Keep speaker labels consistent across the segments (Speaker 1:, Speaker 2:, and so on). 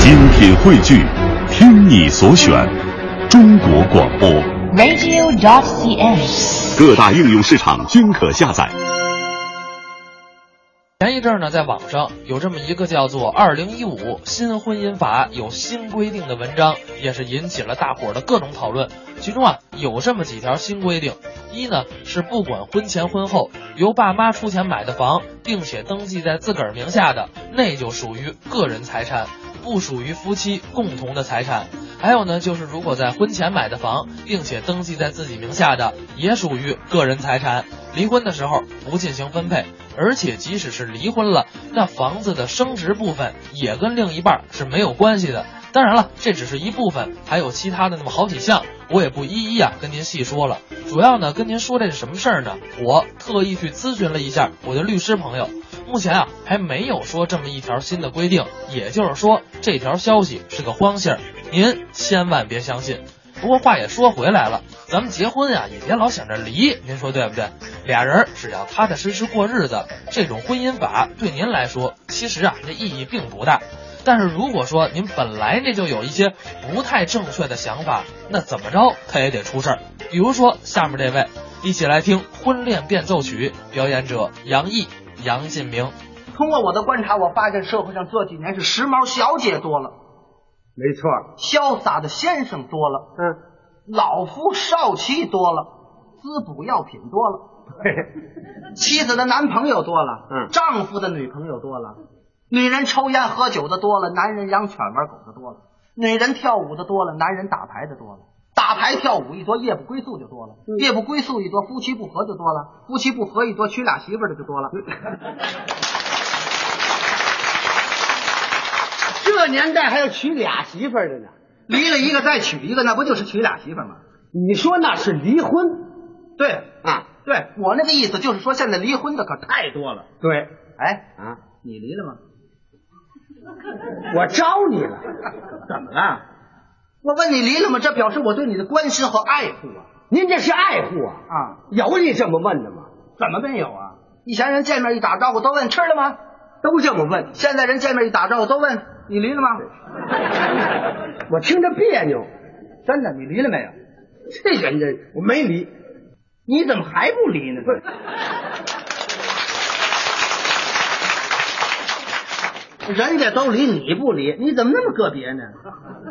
Speaker 1: 精品汇聚，听你所选，中国广播。
Speaker 2: radio.cn。
Speaker 1: 各大应用市场均可下载。
Speaker 3: 前一阵儿呢，在网上有这么一个叫做《二零一五新婚姻法有新规定》的文章，也是引起了大伙儿的各种讨论。其中啊，有这么几条新规定：一呢是不管婚前婚后，由爸妈出钱买的房，并且登记在自个儿名下的，那就属于个人财产，不属于夫妻共同的财产。还有呢，就是如果在婚前买的房，并且登记在自己名下的，也属于个人财产。离婚的时候不进行分配，而且即使是离婚了，那房子的升值部分也跟另一半是没有关系的。当然了，这只是一部分，还有其他的那么好几项，我也不一一啊跟您细说了。主要呢跟您说这是什么事儿呢？我特意去咨询了一下我的律师朋友，目前啊还没有说这么一条新的规定，也就是说这条消息是个荒信儿，您千万别相信。不过话也说回来了，咱们结婚呀、也别老想着离，您说对不对？俩人只要踏踏实实过日子，这种婚姻法对您来说，其实啊这意义并不大。但是如果说您本来这就有一些不太正确的想法，那怎么着他也得出事儿。比如说下面这位，一起来听《婚恋变奏曲》，表演者杨毅、杨进明。
Speaker 4: 通过我的观察，我发现社会上这几年是时髦小姐多了，
Speaker 5: 没错儿，
Speaker 4: 潇洒的先生多了，
Speaker 5: 嗯，
Speaker 4: 老夫少妻多了，滋补药品多了，妻子的男朋友多了，
Speaker 5: 嗯
Speaker 4: 丈夫的女朋友多了，女人抽烟喝酒的多了，男人养犬玩狗的多了，女人跳舞的多了，男人打牌的多了。打牌跳舞一多，夜不归宿就多了；
Speaker 5: 嗯
Speaker 4: 夜不归宿一多，夫妻不和就多了；夫妻不和一多，娶俩媳妇儿的就多 了。
Speaker 5: 这年代还有娶俩媳妇儿的呢。
Speaker 4: 离了一个再娶一个，那不就是娶俩媳妇儿吗？
Speaker 5: 你说那是离婚？
Speaker 4: 对
Speaker 5: 啊，
Speaker 4: 对我那个意思就是说，现在离婚的可太多了。
Speaker 5: 对
Speaker 4: 哎，
Speaker 5: 啊，
Speaker 4: 你离了吗？
Speaker 5: 我招你了，
Speaker 4: 怎么了？我问你离了吗？这表示我对你的关心和爱护啊！
Speaker 5: 您这是爱护啊？
Speaker 4: 啊，
Speaker 5: 有你这么问的吗？
Speaker 4: 怎么没有啊？以前人见面一打招呼都问吃了吗？都这么问。现在人见面一打招呼都问你离了吗？
Speaker 5: 我听着别扭。
Speaker 4: 真的，你离了没有？
Speaker 5: 这人家我没离，
Speaker 4: 你怎么还不离呢？人家都离，你不离，你怎么那么个别呢？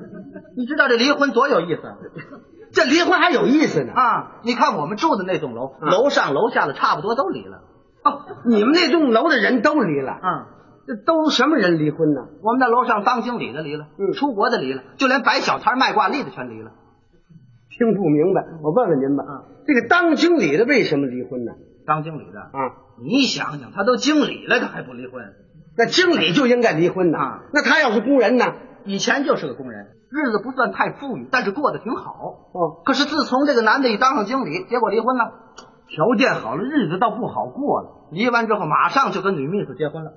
Speaker 4: 你知道这离婚多有意思啊？
Speaker 5: 这离婚还有意思呢。
Speaker 4: 啊！你看我们住的那栋楼，
Speaker 5: 嗯
Speaker 4: 楼上楼下的差不多都离了。
Speaker 5: 哦，你们那栋楼的人都离了，
Speaker 4: 嗯，
Speaker 5: 这都什么人离婚呢？
Speaker 4: 我们那楼上当经理的离了，
Speaker 5: 嗯
Speaker 4: 出国的离了，就连摆小摊卖挂历的全离了。
Speaker 5: 听不明白，我问问您吧。
Speaker 4: 嗯
Speaker 5: 这个当经理的为什么离婚呢？
Speaker 4: 当经理的，
Speaker 5: 啊，
Speaker 4: 你想想，他都经理了，他还不离婚？
Speaker 5: 那经理就应该离婚呢。
Speaker 4: 啊
Speaker 5: 那他要是工人呢？
Speaker 4: 以前就是个工人，日子不算太富裕，但是过得挺好。
Speaker 5: 哦，
Speaker 4: 可是自从这个男的一当上经理，结果离婚了，条件好了，日子倒不好过了。离完之后，马上就跟女秘书结婚了。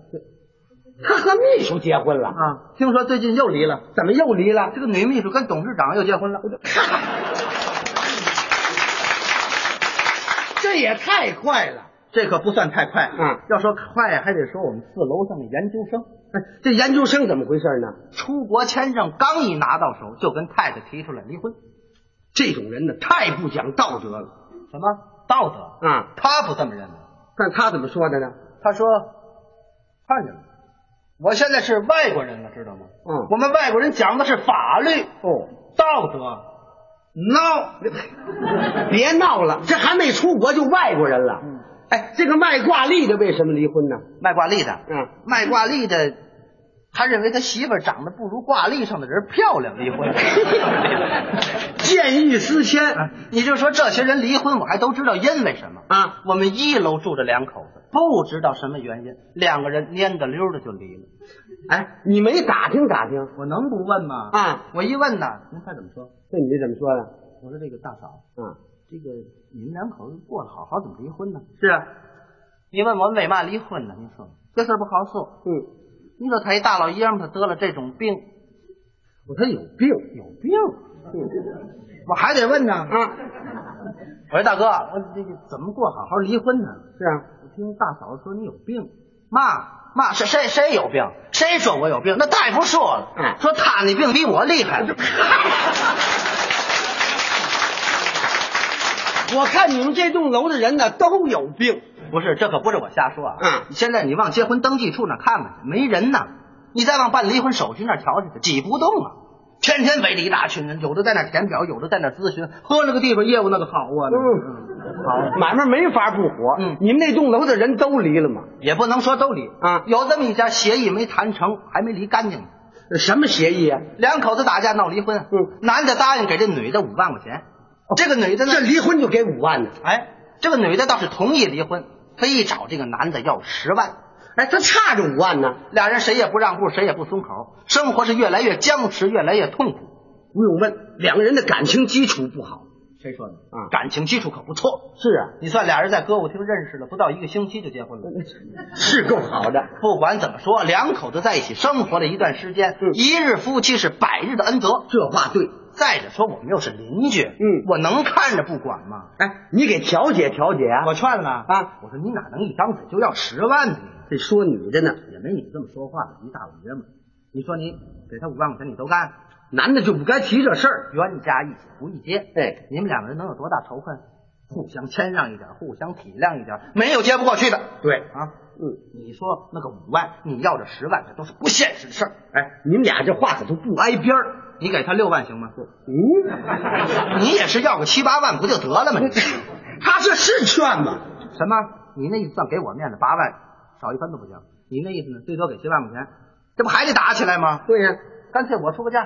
Speaker 5: 他和秘书结婚了。
Speaker 4: 啊，听说最近又离了，
Speaker 5: 怎么又离了？
Speaker 4: 这个女秘书跟董事长又结婚了。
Speaker 5: 这也太快了！
Speaker 4: 这可不算太快
Speaker 5: 嗯
Speaker 4: 要说快还得说我们四楼上的研究生，
Speaker 5: 哎，这研究生怎么回事呢？
Speaker 4: 出国签证刚一拿到手，就跟太太提出来离婚。
Speaker 5: 这种人呢，太不讲道德了
Speaker 4: 什么道德？
Speaker 5: 啊！
Speaker 4: 嗯他不这么认为。
Speaker 5: 但他怎么说的呢？
Speaker 4: 他说：“看见了，我现在是外国人了，知道吗？
Speaker 5: 嗯
Speaker 4: 我们外国人讲的是法律、
Speaker 5: 哦，
Speaker 4: 道德。No，
Speaker 5: 别闹了，这还没出国就外国人了。
Speaker 4: 嗯
Speaker 5: 哎，这个卖挂历的为什么离婚呢？
Speaker 4: 卖挂历的，
Speaker 5: 嗯，
Speaker 4: 卖挂历的，他认为他媳妇儿长得不如挂历上的人漂亮，离 婚。
Speaker 5: 见异思迁
Speaker 4: 你就说这些人离婚，我还都知道因为什么。
Speaker 5: 啊！
Speaker 4: 我们一楼住着两口子，不知道什么原因，两个人蔫的溜的就离了。
Speaker 5: 哎，你没打听打听？
Speaker 4: 我能不问吗？
Speaker 5: 啊，
Speaker 4: 我一问呢，您猜怎么说？
Speaker 5: 这你怎么说的？
Speaker 4: 我说这个大嫂，
Speaker 5: 啊，
Speaker 4: 这个你们两口子过得好好，怎么离婚呢？
Speaker 5: 是啊，
Speaker 4: 你问我为嘛离婚呢？您说这事儿不好说。
Speaker 5: 嗯，
Speaker 4: 你说他一大老爷们儿，他得了这种病，
Speaker 5: 我他有病，有病
Speaker 4: 我还得问呢。
Speaker 5: 啊！
Speaker 4: 我说大哥，我这个怎么过好好离婚呢？
Speaker 5: 是啊，
Speaker 4: 我听大嫂说你有病，妈妈，谁谁谁有病？谁说我有病？那大夫说了，
Speaker 5: 嗯
Speaker 4: 说他那病比我厉害。
Speaker 5: 我看你们这栋楼的人呢都有病，
Speaker 4: 不是，这可不是我瞎说啊。
Speaker 5: 嗯
Speaker 4: 现在你往结婚登记处那看看去，没人呢。你再往办离婚手续那瞧瞧去，挤不动啊。天天围着一大群人，有的在那填表，有的在那咨询。呵，那个地方业务那个好啊，
Speaker 5: 嗯
Speaker 4: 那个
Speaker 5: 好，买卖没法不活。
Speaker 4: 嗯
Speaker 5: 你们那栋楼的人都离了吗？
Speaker 4: 也不能说都离
Speaker 5: 啊
Speaker 4: 有这么一家协议没谈成，还没离干净呢。
Speaker 5: 什么协议啊？
Speaker 4: 两口子打架闹离婚，
Speaker 5: 嗯
Speaker 4: 男的答应给这女的五万块钱，这个女的呢，
Speaker 5: 这离婚就给五万呢？
Speaker 4: 哎，这个女的倒是同意离婚，非找这个男的要十万。
Speaker 5: 哎，他差着五万呢，
Speaker 4: 俩人谁也不让步，谁也不松口，生活是越来越僵持，越来越痛苦。
Speaker 5: 不用问，两个人的感情基础不好。
Speaker 4: 谁说的？
Speaker 5: 啊
Speaker 4: 感情基础可不错。
Speaker 5: 是啊，
Speaker 4: 你算俩人在歌舞厅认识了，不到一个星期就结婚了。
Speaker 5: 嗯是够好的。
Speaker 4: 不管怎么说，两口子在一起生活了一段时间，
Speaker 5: 嗯
Speaker 4: 一日夫妻是百日的恩德。
Speaker 5: 这话对。
Speaker 4: 再者说，我们又是邻居，
Speaker 5: 嗯
Speaker 4: 我能看着不管吗？
Speaker 5: 哎，你给调解调解啊！
Speaker 4: 我劝了
Speaker 5: 啊，
Speaker 4: 我说你哪能一张嘴就要十万呢？
Speaker 5: 这说你的呢，
Speaker 4: 也没你这么说话的，一大老爷们儿。你说你给他五万块钱，你都干？
Speaker 5: 男的就不该提这事儿。
Speaker 4: 冤家宜解不宜结。
Speaker 5: 哎，
Speaker 4: 你们两个人能有多大仇恨？互相谦让一点，互相体谅一点，没有接不过去的
Speaker 5: 对，
Speaker 4: 啊。
Speaker 5: 嗯，
Speaker 4: 你说那个五万，你要这十万，这都是不现实的事儿。
Speaker 5: 哎，你们俩这话可都不挨边儿。
Speaker 4: 你给他六万行吗？
Speaker 5: 嗯，
Speaker 4: 你也是要个七八万不就得了吗？你
Speaker 5: 他这是劝吗？
Speaker 4: 什么？你那意思算给我面子，八万少一分都不行。你那意思呢？最多给七万块钱，这不还得打起来吗？
Speaker 5: 对呀、
Speaker 4: 干脆我出个价，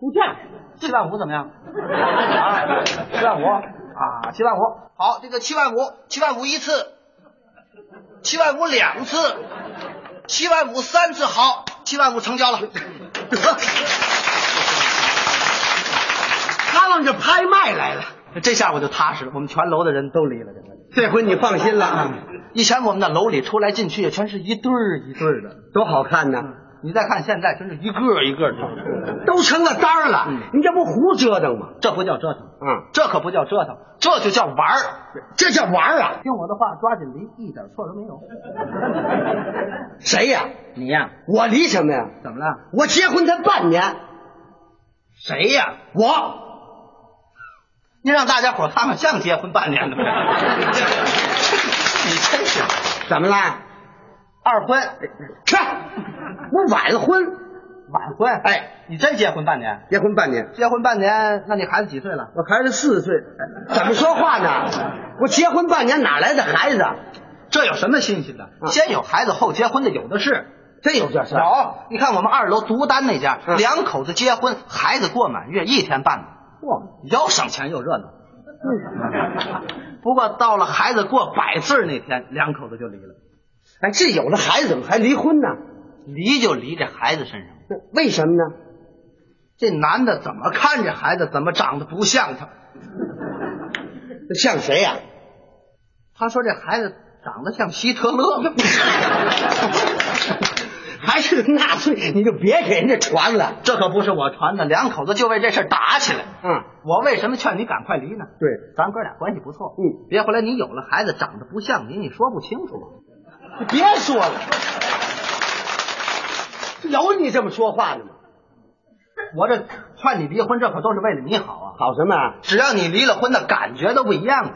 Speaker 5: 出价。
Speaker 4: 七万五怎么样？啊，七万五 啊，七万五。好，这个七万五，七万五一次，七万五两次，七万五三次。好，七万五成交了。
Speaker 5: 他往这拍卖来了，
Speaker 4: 这下我就踏实了，我们全楼的人都离了这个。
Speaker 5: 这回你放心了啊，
Speaker 4: 以前我们那楼里出来进去全是一对儿一对儿的，
Speaker 5: 多好看呢，
Speaker 4: 你再看现在全是一个一个的，
Speaker 5: 都成了单儿
Speaker 4: 嗯
Speaker 5: 了。你这不胡折腾吗？
Speaker 4: 这不叫折腾，
Speaker 5: 啊，
Speaker 4: 这可不叫折腾，嗯这就叫玩儿。
Speaker 5: 这叫玩儿啊！
Speaker 4: 听我的话，抓紧离，一点错都没有。
Speaker 5: 谁呀、
Speaker 4: 你呀、
Speaker 5: 我离什么呀？
Speaker 4: 怎么了？
Speaker 5: 我结婚才半年，
Speaker 4: 谁呀、
Speaker 5: 我
Speaker 4: 您让大家伙儿看看像结婚半年的吗？你真是
Speaker 5: 怎么了？
Speaker 4: 二婚
Speaker 5: 去，我晚婚，
Speaker 4: 晚婚，
Speaker 5: 哎，
Speaker 4: 你真结婚半年？
Speaker 5: 结婚半年，
Speaker 4: 结婚半年，那你孩子几岁了？
Speaker 5: 我孩子四岁，怎么说话呢？我结婚半年哪来的孩子？
Speaker 4: 这有什么新鲜的？
Speaker 5: 啊
Speaker 4: 先有孩子后结婚的有的是。
Speaker 5: 真有这事儿？
Speaker 4: 有，你看我们二楼独单那家，
Speaker 5: 嗯
Speaker 4: 两口子结婚，孩子过满月，一天半的，
Speaker 5: 哇，
Speaker 4: 又省钱又热闹。不过到了孩子过百岁儿那天，两口子就离了，
Speaker 5: 哎，这有了孩子怎么还离婚呢？
Speaker 4: 离就离这孩子身上。
Speaker 5: 这为什么呢？
Speaker 4: 这男的怎么看这孩子，怎么长得不像他？
Speaker 5: 这像谁呀、
Speaker 4: 他说这孩子长得像希特勒，
Speaker 5: 还是纳粹？你就别给人家传了。
Speaker 4: 这可不是我传的，两口子就为这事儿打起来。
Speaker 5: 嗯，
Speaker 4: 我为什么劝你赶快离呢？
Speaker 5: 对，
Speaker 4: 咱哥俩关系不错，
Speaker 5: 嗯，
Speaker 4: 别回来你有了孩子长得不像你，你说不清楚啊。
Speaker 5: 你别说了，有你这么说话的吗？
Speaker 4: 我这劝你离婚，这可都是为了你好啊。
Speaker 5: 好什么啊？
Speaker 4: 只要你离了婚的感觉都不一样了。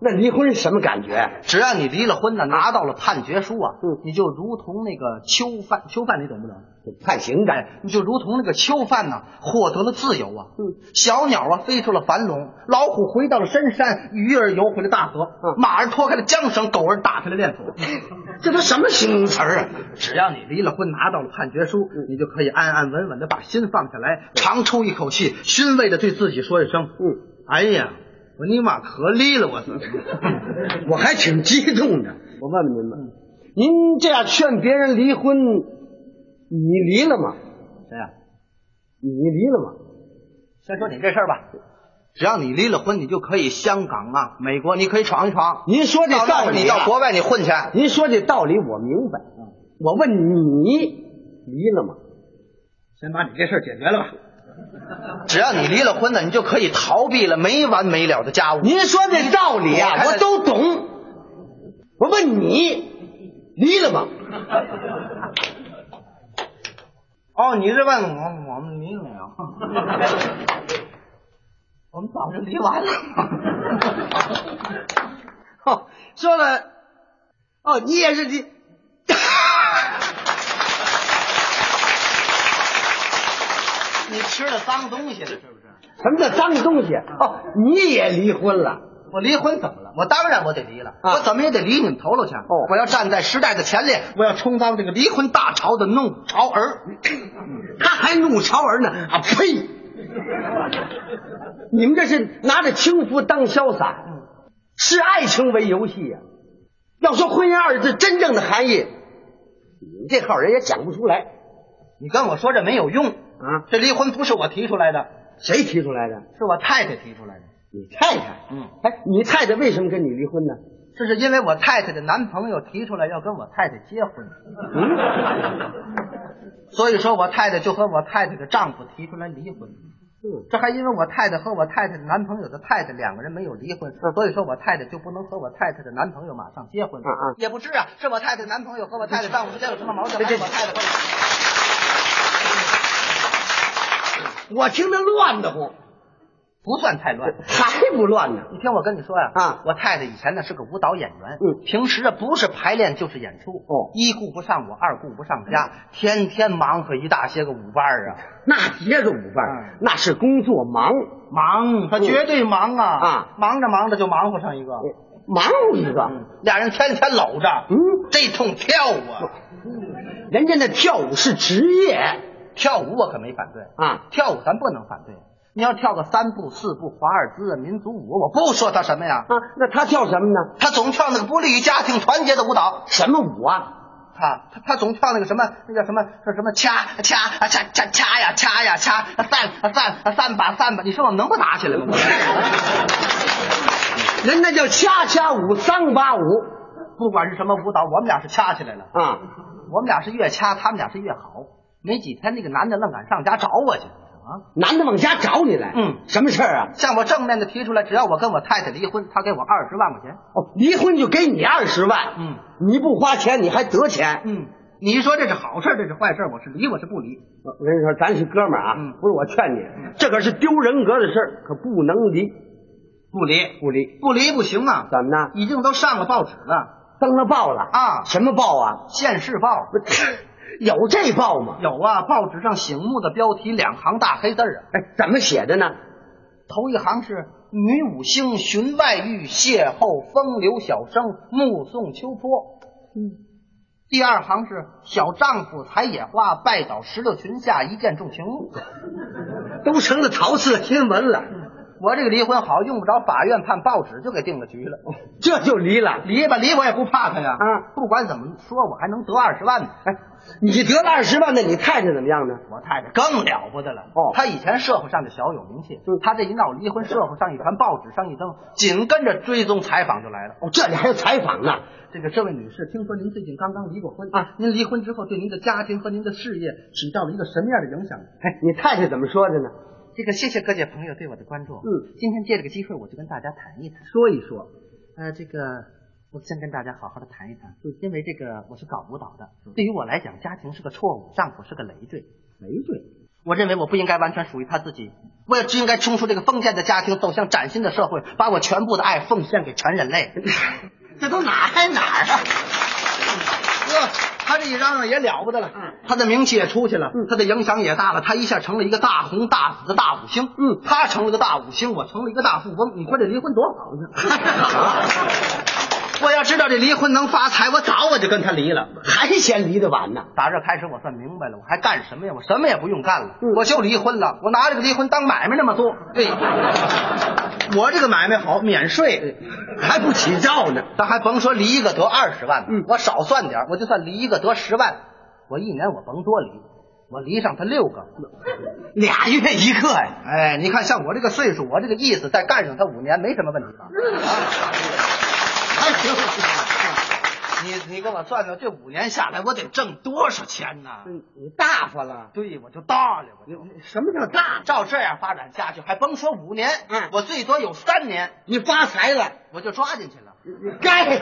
Speaker 5: 那离婚是什么感觉？
Speaker 4: 只要你离了婚呢，拿到了判决书啊，
Speaker 5: 嗯
Speaker 4: 你就如同那个囚犯，囚犯你懂不懂？
Speaker 5: 判刑的。
Speaker 4: 哎你就如同那个囚犯呢，获得了自由啊。
Speaker 5: 嗯，
Speaker 4: 小鸟啊飞出了樊笼，老虎回到了深山，鱼儿游回了大河，
Speaker 5: 嗯
Speaker 4: 马儿脱开了缰绳，狗儿打开了链锁。
Speaker 5: 这都什么形容词儿啊？
Speaker 4: 只要你离了婚，拿到了判决书，你就可以安安稳稳的把心放下来，长出一口气，欣慰的对自己说一声：“
Speaker 5: 嗯，
Speaker 4: 哎呀，我尼玛可离了我是。
Speaker 5: 我还挺激动的。我问问您吧，您这样劝别人离婚，你离了吗？
Speaker 4: 谁呀、
Speaker 5: 你离了吗？
Speaker 4: 啊先说你这事儿吧。只要你离了婚，你就可以香港啊、美国，你可以闯一闯。
Speaker 5: 您说这
Speaker 4: 到那
Speaker 5: 道
Speaker 4: 会儿
Speaker 5: 理
Speaker 4: 你
Speaker 5: 啊
Speaker 4: 到国外你混去，
Speaker 5: 您说这道理我明白。我问你，离了吗？
Speaker 4: 先把你这事儿解决了吧。 只要你离了婚呢，你就可以逃避了没完没了的家务。
Speaker 5: 您说这道理啊，
Speaker 4: 我
Speaker 5: 我都懂。我问你，离了吗？
Speaker 4: 哦，你是问我我们离了呀？我们早就离完了。 哦，说了，哦，你也是你。你吃了脏东西了是不是？
Speaker 5: 什么叫脏东西？哦，你也离婚了？
Speaker 4: 我离婚怎么了？我当然我得离了，
Speaker 5: 啊
Speaker 4: 我怎么也得离你们头头去。啊
Speaker 5: 哦
Speaker 4: 我要站在时代的前列，我要充当这个离婚大潮的弄潮儿。
Speaker 5: 他还怒潮儿呢？啊呸！你们这是拿着轻浮当潇洒，视爱情为游戏呀、要说婚姻二字真正的含义，你们这号人也讲不出来
Speaker 4: 你跟我说这没有用，
Speaker 5: 啊！
Speaker 4: 这离婚不是我提出来的，
Speaker 5: 谁提出来的？
Speaker 4: 是我太太提出来的。
Speaker 5: 你太太，
Speaker 4: 嗯，
Speaker 5: 哎，你太太为什么跟你离婚呢？
Speaker 4: 这是因为我太太的男朋友提出来要跟我太太结婚，
Speaker 5: 嗯
Speaker 4: 所以说我太太就和我太太的丈夫提出来离婚。
Speaker 5: 嗯，
Speaker 4: 这还因为我太太和我太太的男朋友的太太两个人没有离婚，所以说我太太就不能和我太太的男朋友马上结婚。
Speaker 5: 嗯嗯
Speaker 4: 也不知啊，是我太太男朋友和我太太丈夫之间有什么矛盾，还是我太太和我
Speaker 5: 我听着乱得慌，
Speaker 4: 不算太 乱。
Speaker 5: 还不乱呢？
Speaker 4: 你听我跟你说呀、
Speaker 5: 啊
Speaker 4: 我太太以前呢是个舞蹈演员，
Speaker 5: 嗯
Speaker 4: 平时啊不是排练就是演出，
Speaker 5: 哦嗯
Speaker 4: 一顾不上我，二顾不上家，天天忙活一大些个舞伴儿啊，
Speaker 5: 那别个午饭，那是工作忙，嗯
Speaker 4: 忙，他绝对忙啊，
Speaker 5: 啊
Speaker 4: 忙着忙着就忙活上一个，嗯
Speaker 5: 忙乎一个。
Speaker 4: 俩人天天搂着，
Speaker 5: 嗯，
Speaker 4: 这通跳啊，
Speaker 5: 人家那跳舞是职业
Speaker 4: 跳舞我可没反对，
Speaker 5: 啊，
Speaker 4: 跳舞咱不能反对，你要跳个三步四步华尔兹啊民族舞，我不说他什么呀，
Speaker 5: 啊，那他跳什么呢？
Speaker 4: 他总跳那个不利于家庭团结的舞蹈。
Speaker 5: 什么舞啊？
Speaker 4: 他他他总跳那个什么，那叫什么，是什么掐掐啊掐掐掐呀掐呀掐，啊散啊散啊散吧散吧，你说我能不拿起来吗？
Speaker 5: 人那叫恰恰舞、桑巴舞
Speaker 4: 我不管是什么舞蹈，我们俩是掐起来了，
Speaker 5: 啊。
Speaker 4: 我们俩是越掐，他们俩是越好。没几天，那个男的愣敢上家找我去啊！
Speaker 5: 男的往家找你来，
Speaker 4: 嗯，
Speaker 5: 什么事儿啊？
Speaker 4: 向我正面的提出来，只要我跟我太太离婚，他给我二十万块钱。
Speaker 5: 哦，离婚就给你二十万，
Speaker 4: 嗯，
Speaker 5: 你不花钱你还得钱。
Speaker 4: 嗯，你说这是好事儿，这是坏事儿？我是离，我是不离。
Speaker 5: 我跟你说，咱是哥们儿啊，
Speaker 4: 嗯
Speaker 5: 不是我劝你，这可是丢人格的事儿，可不能离，
Speaker 4: 不离，
Speaker 5: 不离。
Speaker 4: 不离不行啊！
Speaker 5: 怎么呢？
Speaker 4: 已经都上了报纸了，
Speaker 5: 登了报了
Speaker 4: 啊
Speaker 5: 什么报啊？
Speaker 4: 《现世报》。
Speaker 5: 不是有这报吗？
Speaker 4: 有啊，报纸上醒目的标题，两行大黑字儿啊。
Speaker 5: 哎，怎么写的呢？
Speaker 4: 头一行是女五星寻外遇，邂逅风流小生，目送秋波。嗯。第二行是小丈夫采野花，拜倒石榴裙下，一见钟情。
Speaker 5: 都成了陶瓷新闻了，
Speaker 4: 我这个离婚好，用不着法院判，报纸就给定了局了。
Speaker 5: 这就离了。
Speaker 4: 离吧，离我也不怕他呀。
Speaker 5: 啊，
Speaker 4: 不管怎么说，我还能得二十万呢。
Speaker 5: 哎，你得了二十万的，你太太怎么样呢？
Speaker 4: 我太太更了不得了
Speaker 5: 哦
Speaker 4: 她以前社会上就小有名气
Speaker 5: 嗯，
Speaker 4: 她这一闹离婚，社会上一传，报纸上一登，紧跟着追踪采访就来了。
Speaker 5: 哦，这里还有采访呢。
Speaker 4: 这个这位女士，听说您最近刚刚离过婚
Speaker 5: 啊？
Speaker 4: 您离婚之后对您的家庭和您的事业起到了一个什么样的影响？
Speaker 5: 哎，你太太怎么说的呢？
Speaker 4: 这个谢谢各界朋友对我的关注。
Speaker 5: 嗯，
Speaker 4: 今天借这个机会，我就跟大家谈一谈。
Speaker 5: 说一说。
Speaker 4: 呃，这个我先跟大家好好的谈一谈，因为这个我是搞舞蹈的，对于我来讲，家庭是个错误，丈夫是个累赘。
Speaker 5: 没对，
Speaker 4: 我认为我不应该完全属于他自己，我也应该冲出这个封建的家庭，走向崭新的社会，把我全部的爱奉献给全人类。 这都哪挨哪儿啊？ 哟，他这一嚷嚷也了不得了，他的名气也出去了，他的影响也大了，他一下成了一个大红大紫的大五星。
Speaker 5: 嗯
Speaker 4: 他成了个大五星，我成了一个大富翁。你说这离婚多好呢？我要知道这离婚能发财，我早我就跟他离了。
Speaker 5: 还嫌离得晚呢。
Speaker 4: 打这开始我算明白了，我还干什么呀？我什么也不用干了，
Speaker 5: 嗯
Speaker 4: 我就离婚了。我拿这个离婚当买卖那么做，对，我这个买卖好，免税，还不起照呢。咱还甭说离一个得二十万呢，
Speaker 5: 嗯
Speaker 4: 我少算点儿，我就算离一个得十万，我一年我甭多离，我离上他六个，
Speaker 5: 俩月一个呀、
Speaker 4: 哎，你看像我这个岁数，我这个意思，再干上他五年没什么问题啊吧？
Speaker 5: 嗯
Speaker 4: 你你给我算算，这五年下来我得挣多少钱呢？
Speaker 5: 你大发了。
Speaker 4: 对，我就大了，我就
Speaker 5: 什么叫大？
Speaker 4: 照这样发展下去，还甭说五年，
Speaker 5: 嗯
Speaker 4: 我最多有三年，
Speaker 5: 你发财了，
Speaker 4: 我就抓进去了。
Speaker 5: 你该。